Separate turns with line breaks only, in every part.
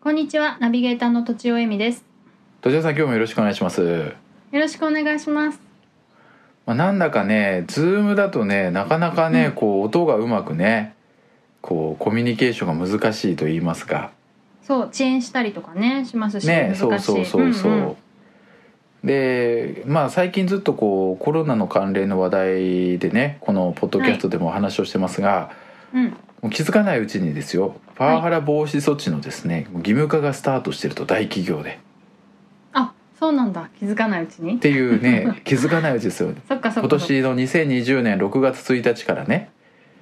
こんにちはナビゲーターのとちおえみです
土壌さん今日もよろしくお願いします
よろしくお願いします
まあ、なんだかねズームだとねなかなかね、こう音がうまくねこうコミュニケーションが難しいと言いますか
そう遅延したりとかねしますし
ね
難しい
そうそうそうそう、
んん
でまあ最近ずっとこうコロナの関連の話題でねこのポッドキャストでもお話をしてますが、
うん
もう気づかないうちにですよパワハラ防止措置のですね、義務化がスタートしてると大企業で
あそうなんだ気づかないうちに
っていう ね気づかないうちですよ
そっか
今
そっかそっか
年の2020年6月1日からね、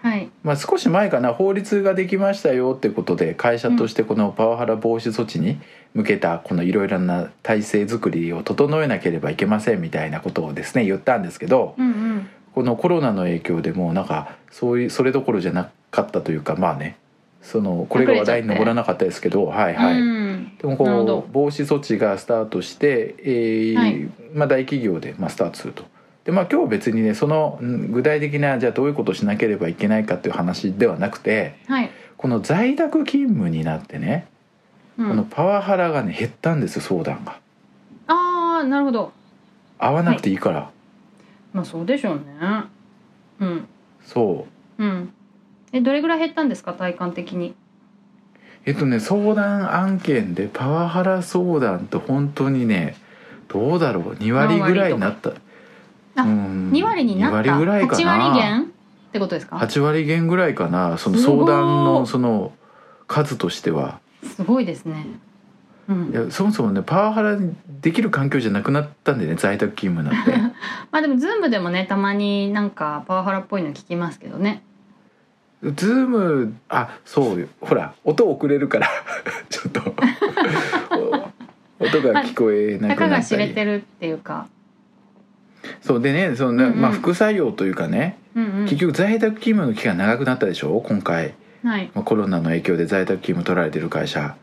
はい
まあ、少し前かな法律ができましたよってことで会社としてこのパワハラ防止措置に向けたこのいろいろな体制作りを整えなければいけませんみたいなことをですね言ったんですけど
うんうん
このコロナの影響でもうなんかそういうそれどころじゃなかったというかまあねそのこれが話題に上らなかったですけどはいはい。
うん
でもこ
なるほど
う防止措置がスタートして、えー
はい
まあ、大企業で、まあ、スタートすると。でまあ、今日別にねそのうん具体的なじゃあどういうことをしなければいけないかっていう話ではなくて
はい、
この在宅勤務になってね、
う
この
ん、
パワハラがね減ったんですよ相談が
ああなるほど
合わなくていいから、
まあそうでしょうねうん
そう
うんえどれぐらい減ったんですか体感的に
えっとね相談案件でパワハラ相談って本当にねどうだろう2割ぐらいになった
あ
うん
2割になった
2割ぐらいかな
8割減ってことですか
8割減ぐらいかなその
す
相
ごい
談のその数としては
すごいですねうん
いやそもそもねパワハラできる環境じゃなくなったんでね在宅勤務なん て
まあでもズームでもねたまになんかパワハラっぽいの聞きますけどね
ズームあそうよほら音遅れるから ちょっと お音が聞こえな
た
く
か
な
が
った
知れ
り
てるっていうか、
そうでねそのね
うんうん
まあ、副作用というかね
うんうん、
結局在宅勤務の期間長くなったでしょ今回、
はい
まあ、コロナの影響で在宅勤務取られてる会社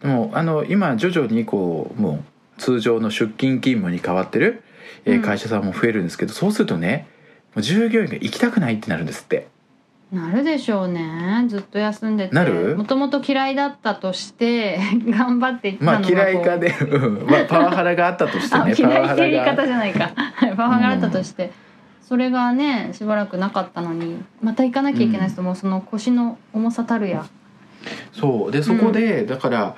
でもあの今徐々にこうもう通常の出勤勤務に変わってる、えー
うん
会社さんも増えるんですけど、そうするとねもう従業員が行きたくないってなるんですって
なるでしょうねずっと休んでて
なる
もともと嫌いだったとして 頑張っていったの
まあ
がこう
嫌いかで、うんまあ、パワハラがあったとして
あ
ね
嫌
パ
い
ワ
っ
ハ
て
ラ
言
が
い方じゃないかはいパワハラだったとして、それがねしばらくなかったのにまた行かなきゃいけない人もうその腰の重さたるや、
そうでそこで、だから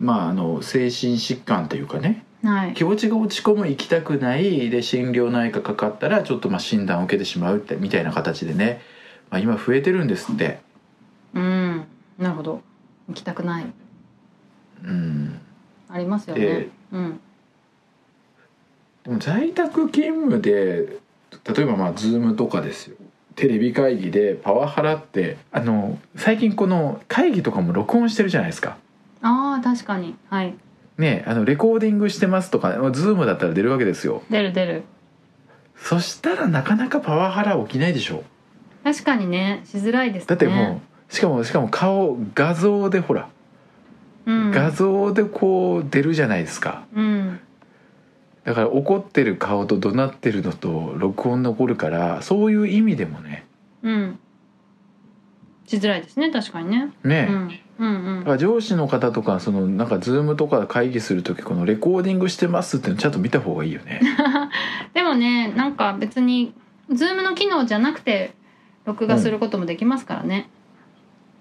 まああの精神疾患というかね
はい
気持ちが落ち込む行きたくないで心療内科かかったらちょっとまあ診断を受けてしまうってみたいな形でね、まあ、今増えてるんですって
うんなるほど行きたくない
うん
ありますよね、
で
うん
でも在宅勤務で例えばまあ Zoom とかですよテレビ会議でパワハラってあの最近この会議とかも録音してるじゃないですか。
ああ確かにはい
ねあのレコーディングしてますとか Zoom だったら出るわけですよ
出る出る
そしたらなかなかパワハラ起きないでしょ
確かにねしづらいですね
だってもうしかもしかも顔画像でほら
う、ん、
画像でこう出るじゃないですか
うん
だから怒ってる顔と怒鳴ってるのと録音残るからそういう意味でもね
うんしづらいですね確かにね、う
ね、
ん、うんう
だ
ん
から上司の方とかそのなんかズームとか会議する時このレコーディングしてますっていうのちゃんと見た方がいいよね
でもねなんか別に Zoom の機能じゃなくて録画することもできますからね、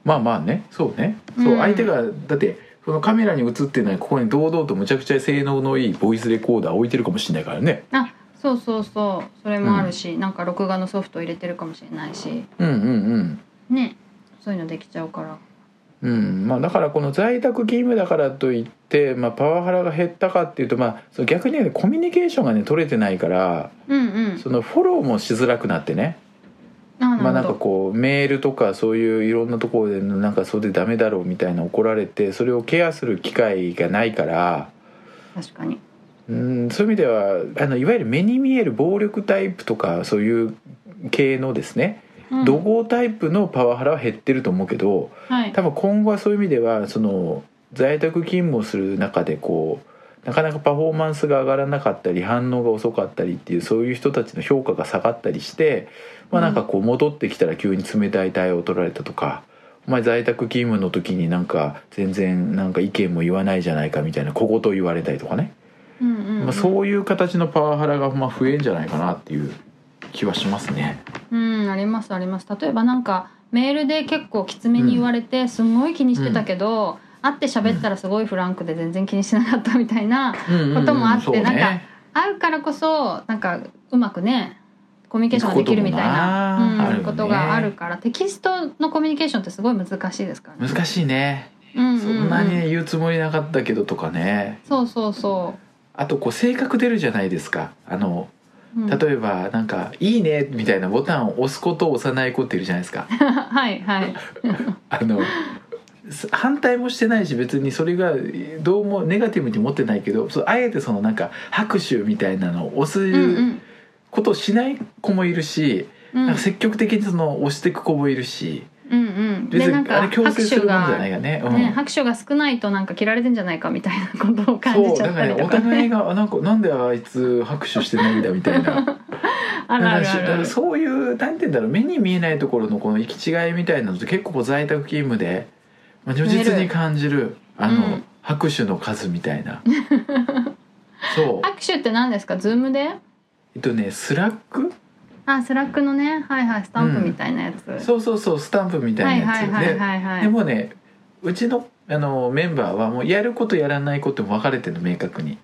まあまあねそうねそう、
うん
相手がだってこのカメラに映ってないここに堂々とむちゃくちゃ性能のいいボイスレコーダー置いてるかもしれないからね
あそうそうそうそれもあるし、なんか録画のソフト入れてるかもしれないし
うんうんうん
ねそういうのできちゃうから
うんまあ、だからこの在宅勤務だからといって、まあ、パワハラが減ったかっていうと、まあ、その逆に言うとコミュニケーションがね取れてないから
うんうん
そのフォローもしづらくなってね
あ
まあ
な
なん
る
か
ほど、
こうメールとかそういういろんなところでなんかそれでダメだろうみたいな怒られてそれをケアする機会がないから
確かに
うんそういう意味ではあのいわゆる目に見える暴力タイプとかそういう系のですね、
うん
怒号タイプのパワハラは減ってると思うけど
は い
多分今後はそういう意味ではその在宅勤務をする中でこうなかなかパフォーマンスが上がらなかったり反応が遅かったりっていうそういう人たちの評価が下がったりして、まあ、なんかこう戻ってきたら急に冷たい対応を取られたとか。お前在宅勤務の時になんか全然なんか意見も言わないじゃないかみたいな小言を言われたりとかね、
うんうん
まあ、
う
そういう形のパワハラがまあ増えんじゃないかなっていう気はしますね。
ん、うん、ありますあります例えばなんかメールで結構きつめに言われて、すごい気にしてたけど、会って喋ったらすごいフランクで全然気にしてなかったみたいなこともあって
うんうんうんそう
なんか会うからこそなんかうまくねコミュニケーションができるみたいな
行くこともな
うん
あるよね
ことがあるからテキストのコミュニケーションってすごい難しいですからね。
難しいね、
うんう
そ
うん
なに言うつもりなかったけどとかね
そうそうそ
あとこう性格出るじゃないですかあの
う。うん、
例えばなんか「いいね」みたいなボタンを押すことを押さない子っているじゃないです か
はいはい。
あのす反対もしてないし別にそれがどうもネガティブに持ってないけどそうあえてそのなんか拍手みたいなのを押
うんう
す
ん
ことをしない子もいるし、
うん
なんか積極的にその押していく子もいるし
うんうん。
別
でなん
にあ
か
れ強制
拍
す
手
るもんじゃ
が
ないよね。うん
ね、拍手が少ないとなんか切られてんじゃないかみたいなことを感じ
そう
ちゃ
だ
っ
か
た
ら
り
ね
と
お
か、
互いがあなんかなんであいつ拍手してないんだみたいな
あるあるあ
だから
る
そういうなんて言うんだろう目に見えないところのこの行き違いみたいなのと結構こう在宅勤務で、まあ、如実に感じるあの、
うん
拍手の数みたい なそう
拍手って何ですかズームで
えっとねスラック
あスラックのねはいはいスタンプみたいなやつ、
そうそうそうスタンプみた
はいい
なや
は
つ
い
よ
はい
ね
はいはい
でもねうちのあのメンバーはもうやることやらないことも分かれてるの明確に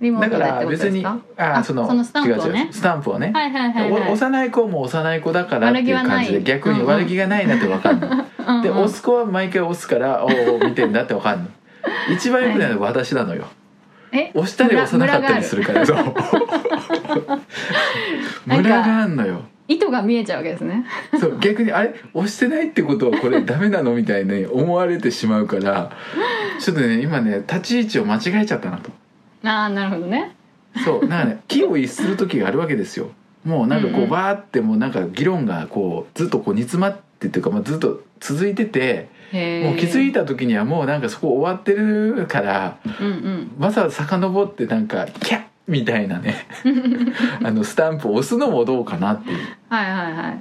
リモ
だ
ー
か
トでって
ら
こと
別
です
に
か
あ
あ
その
そのスタンプをね
違う違うスタンプをね、
はいはいはいはい
お幼い子も幼い子だからっていう感じで
悪気はない
逆に悪気がないなって分かんの、
うんうん
で押す子は毎回押すからおーおー見てんだって分かん の一番良くないのは私なのよ、
え
押したり押さなかったりするからそう
ムラがある
ムラがあんのよ
糸が見えちゃうわけですね
そう逆にあれ押してないってことはこれダメなのみたいに思われてしまうからちょっとね今ね立ち位置を間違えちゃったなと
ああなるほどね
そうなんかね木を逸する時があるわけですよもうなんか
うん
こ
う
うんバーってもうなんか議論がこうずっとこう煮詰まってっていうか、まあ、ずっと続いてて
へえ
もう気づいた時にはもうなんかそこ終わってるから
うん
わざわざ遡ってなんか「キャッ!」みたいな ねあのスタンプを押すのもどうかなっていう。
うんはいはいはい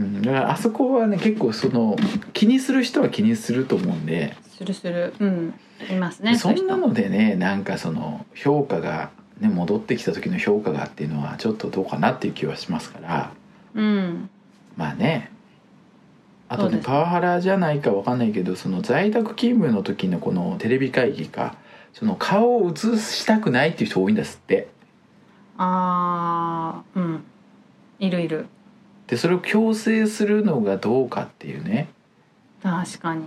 うん、だからあそこはね結構その気にする人は気にすると思うんで、
するするうんいますね
そ
うん
な
いう人
のでねなんかその評価が、ね、戻ってきた時の評価がっていうのはちょっとどうかなっていう気はしますから
うん
まあねあ
そ
と
うで
ね
す
パワハラじゃないかわかんないけどその在宅勤務の時のこのテレビ会議かその顔を映したくないっていう人多いんですって
ああうんいるいる
でそれを強制するのがどうかっていうね
確かに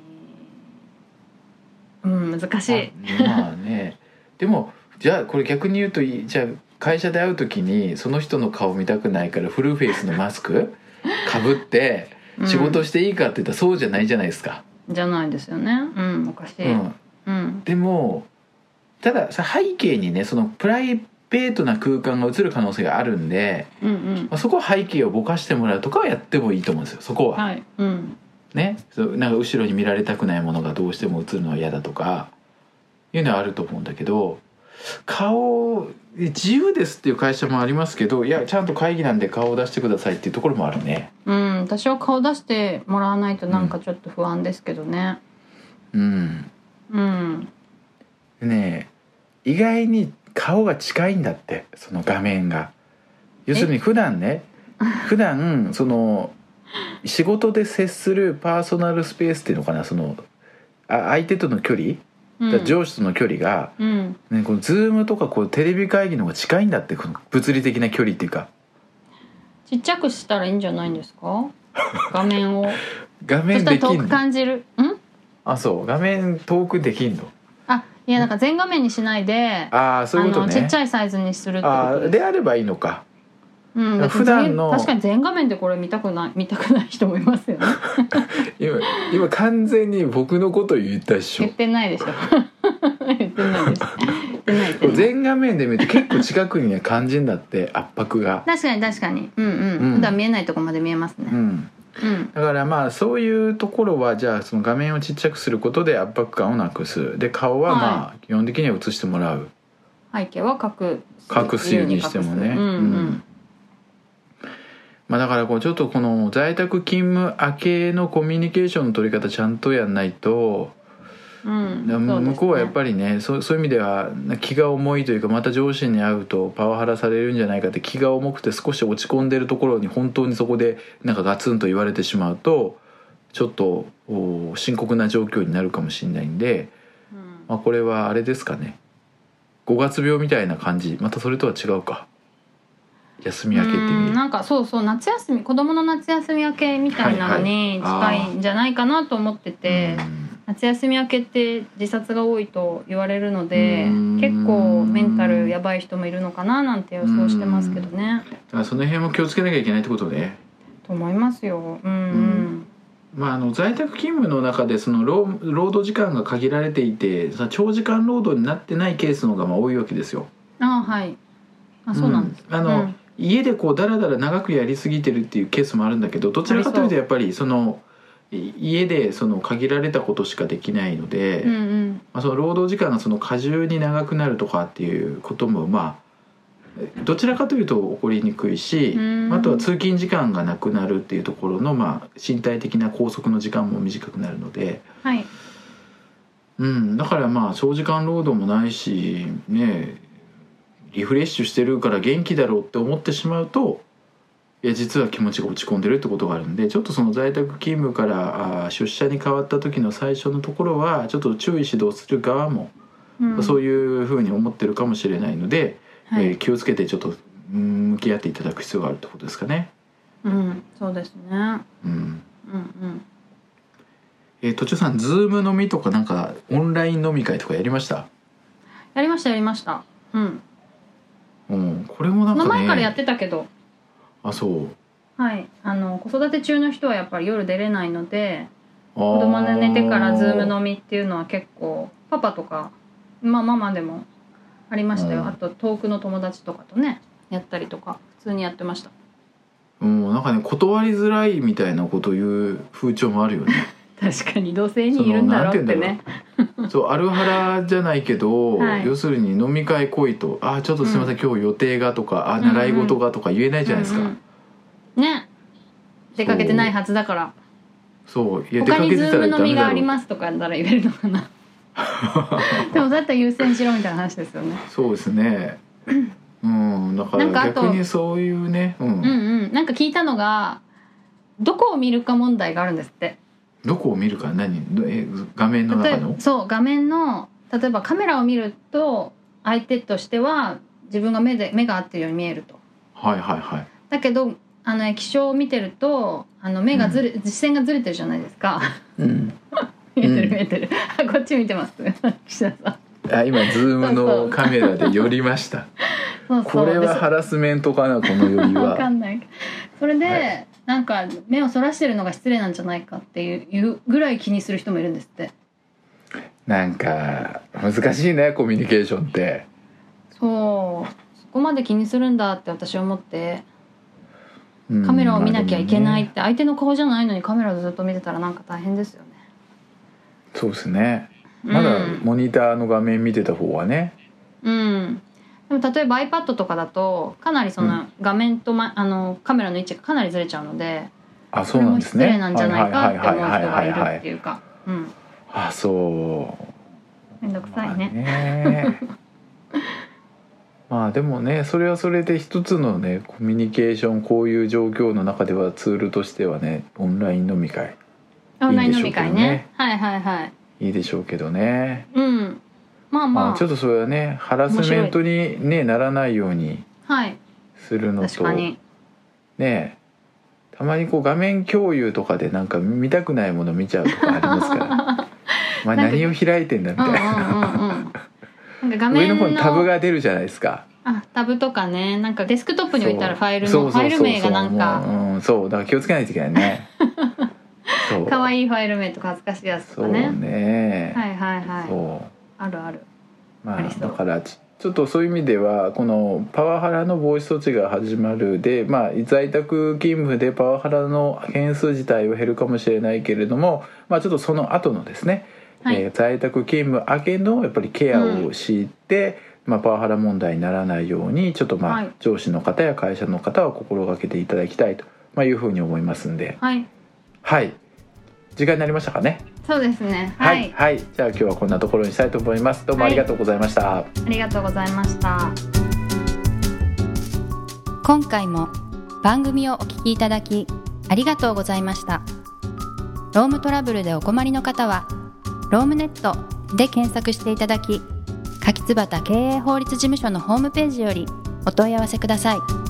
うん難しい
あまあねでもじゃあこれ逆に言うといいじゃあ会社で会う時にその人の顔見たくないからフルフェイスのマスクかぶって
うん
仕事していいかって言ったらそうじゃないじゃないですか。
じゃないですよねうんおかし
う
いうん
ん、でもたださ背景にねそのプライベートな空間が映る可能性があるんで、
うんうん
まあ、そこは背景をぼかしてもらうとかはやってもいいと思うんですよそこは。
はいうん
ねそうなんか後ろに見られたくないものがどうしても映るのは嫌だとかいうのはあると思うんだけど顔自由ですっていう会社もありますけどいやちゃんと会議なんで顔を出してくださいっていうところもあるね。
うん私は顔出してもらわないとなんかちょっと不安ですけどね
うん、
うん
ねえ意外に顔が近いんだってその画面が。要するに普段 ね普段その仕事で接するパーソナルスペースっていうのかなそのあ相手との距離、
うん
だから上司との距離が
うん
ね、このズームとかこうテレビ会議の方が近いんだってこの物理的な距離っていうか
ちっちゃくしたらいいんじゃないんで すか画面を
画
そし
面
たら
でき
遠
ん
く
の
感じるん
あそう画面遠くできんの
あいやだから全画面にしないで
ああそういうこと
あのち
ね
っちゃいサイズにするってこ
あ
と
ー
です
であればいいのか
うん、だって
普段の
全確かに全画面でこれ見たくない 見たくない人もいますよね
今今完全に僕のこと言ったでし
言
ょ
ってないでしょ 言ってないです言ってないです
そう全画面で見て結構近くにね感じんだ って圧迫が。
確かに確かにうんうん、
うん
普段見えないとこまで見えます
う
ね
ん、
うん
だからまあそういうところはじゃあその画面をちっちゃくすることで圧迫感をなくすで顔はまあ基本的には映してもらう、
背景は隠
隠すようにしてもね
うんうん
まあ、だからこうちょっとこの在宅勤務明けのコミュニケーションの取り方ちゃんとやんないと、
うん
だから向こうはやっ
り
ぱりねそうそういう意味では気が重いというかまた上司に会うとパワハラされるんじゃないかって気が重くて少し落ち込んでるところに本当にそこでなんかガツンと言われてしまうとちょっとお深刻な状況になるかもしれないんで。まあ、これはあれですかね五月病みたいな感じまたそれとは違うか休み明けって意
うん
味
なんかそうそう夏休み子供の夏休み明けみたいなのに
は
近
いはい
いんじゃないかなと思ってて、
うん
夏休み明けって自殺が多いと言われるので
うん
結構メンタルやばい人もいるのかななんて予想してますけどね
だからその辺も気をつけなきゃいけないってことね
と思いますようん
まあ、あの在宅勤務の中でその労労働時間が限られていてその長時間労働になってないケースの方がまあ多いわけですよ。
うんあはいあそうなんです、
うんあの
うん
家でこうだらだら長くやりすぎてるっていうケースもあるんだけどどちらかというとやっぱりそのい家でその限られたことしかできないので、
うんうん
まあ、その労働時間がその過重に長くなるとかっていうこともまあどちらかというと起こりにくいし
うん
あとは通勤時間がなくなるっていうところのまあ身体的な拘束の時間も短くなるので、
はい
うん、だからまあ長時間労働もないしねリフレッシュしてるから元気だろうって思ってしまうといや実は気持ちが落ち込んでるってことがあるんでちょっとその在宅勤務からあー出社に変わった時の最初のところはちょっと注意指導する側も
うん
そういうふうに思ってるかもしれないので、
はい
えー気をつけてちょっとうん向き合っていただく必要があるってことですかね。
うん、そうですねうん
うん
うん
えー、途中さん、ズーム飲みとかなんかオンライン飲み会とかやりました。
やりましたやりましたうん
うん、これもな
そ
んか
の
ね。
前からやってたけど
あ、そう。
はいあの子育て中の人はやっぱり夜出れないので
子
子供の寝てからズーム飲みっていうのは結構パパとかまあママでもありましたよ、
うん
あと遠くの友達とかとねやったりとか普通にやってました
うん、なんかね、断りづらいみたいなことを言う風潮もあるよね。
確かに同性
に
に
い
い
る
る
ん
ん
だろ
だろ
う
う
っ
ってて
ね
ね
そう、あるはらじゃないけど、
はい
要するに飲み会来いと、あ、ちょっとすみません、今日予定がとか、あ、
うんうん
習い事がとか言えないじゃないですか。
うんうんね出かけてないはずだから
そう、いや、出
他
かけ
に
て
ズ
たら
ーム
ダ
飲み
メ
が
だ
あ
ろ
り
う
ますとかなら言えるの かなでもだったら優先しろみたいな話ですよね
そうですね。うん、だか
なんからあと
逆にそういうね、う
うん
ん、
うんなんか聞いたのがどこを見るか問題があるんですって
どこを見るか、何、どえ、画面の
例
中
えば
の。
そう画面の例えばカメラを見ると相手としては自分が目で目が合ってるように見えると
はいはいはい。
だけどあの液晶を見てるとあの目がずれ、視線がずれてるじゃないですか
うん。
見えて
う
る
ん
見えてる、あこっち見てます 岸田さん
あ、今ズーム
そうそ
の
う
カメラで寄りました。
そうそう
これはハラスメントかな、この寄り
でそわか
は。
んないそれで、
はい
なんか目をそらしてるのが失礼なんじゃないかっていういうぐらい気にする人もいるんですって
なんか難しいね、コミュニケーションって。
そうそこまで気にするんだって私は思って
うん
カメラを見なきゃいけないっ。
まあ
て相手の顔じゃないのにカメラをずっと見てたらなんか大変ですよね。
でもねそうですね。まだ
うん
モニターの画面見てた方はね。
うんでも例えば iPad とかだとかなりそうの画面と、まあのカメラの位置がかなりずれちゃうので
あ、そうなんですね。
れも失礼なんじゃないかって思う人がい
ははははは
る
は
っていうかうん
あ、そう。
めんどくさい
まあ
ね。
ね まあでもねそれはそれで一つのねコミュニケーションこういう状況の中ではツールとしてはねオンライン飲み会
オンライン飲み会
いいんでしょうけどね
ねはいはいはい。
いいでしょうけどね、
うんまあ
まあ、
まあ
ちょっとそれはねハラスメントに、ね、ならないように
はい
するの
確
と
か に
ねたまにこう画面共有とかでなんか見たくないもの見ちゃうとかありますから まあ
なんか
何を開いてんだみ
うん
た
う
い
んうんうん
な、
なんか画
上
面
の
の
方にタブが出るじゃないですか。
あタブとかねなんかデスクトップに置いたらファイル
そう
のファイル名がなんか
そうそうそうもううんそうだから気をつけないといけない ねそう
可愛いファイル名とか恥ずかしいやつと
そ
か
う
ね
ね、
はいはいはい
そ
あるある
うま
あ
あ
りそう
だからちちょっとそういう意味ではこのパワハラの防止措置が始まるで、まあ、在宅勤務でパワハラの件数自体は減るかもしれないけれども、まあ、ちょっとその後のですね、
はい
えー在宅勤務明けのやっぱりケアをして、まあ、パワハラ問題にならないようにちょっとまあ、
はい
上司の方や会社の方は心がけていただきたいと、まあ、いうふうに思いますんで
はい
はい時間になりましたかね
そうですねはい、
はい、じゃあ今日はこんなところにしたいと思いますどうもありがとうございました、
ありがとうございました今回も番組をお聞きいただきありがとうございましたロームトラブルでお困りの方は「ロームネット」で検索していただき柿椿経営法律事務所のホームページよりお問い合わせください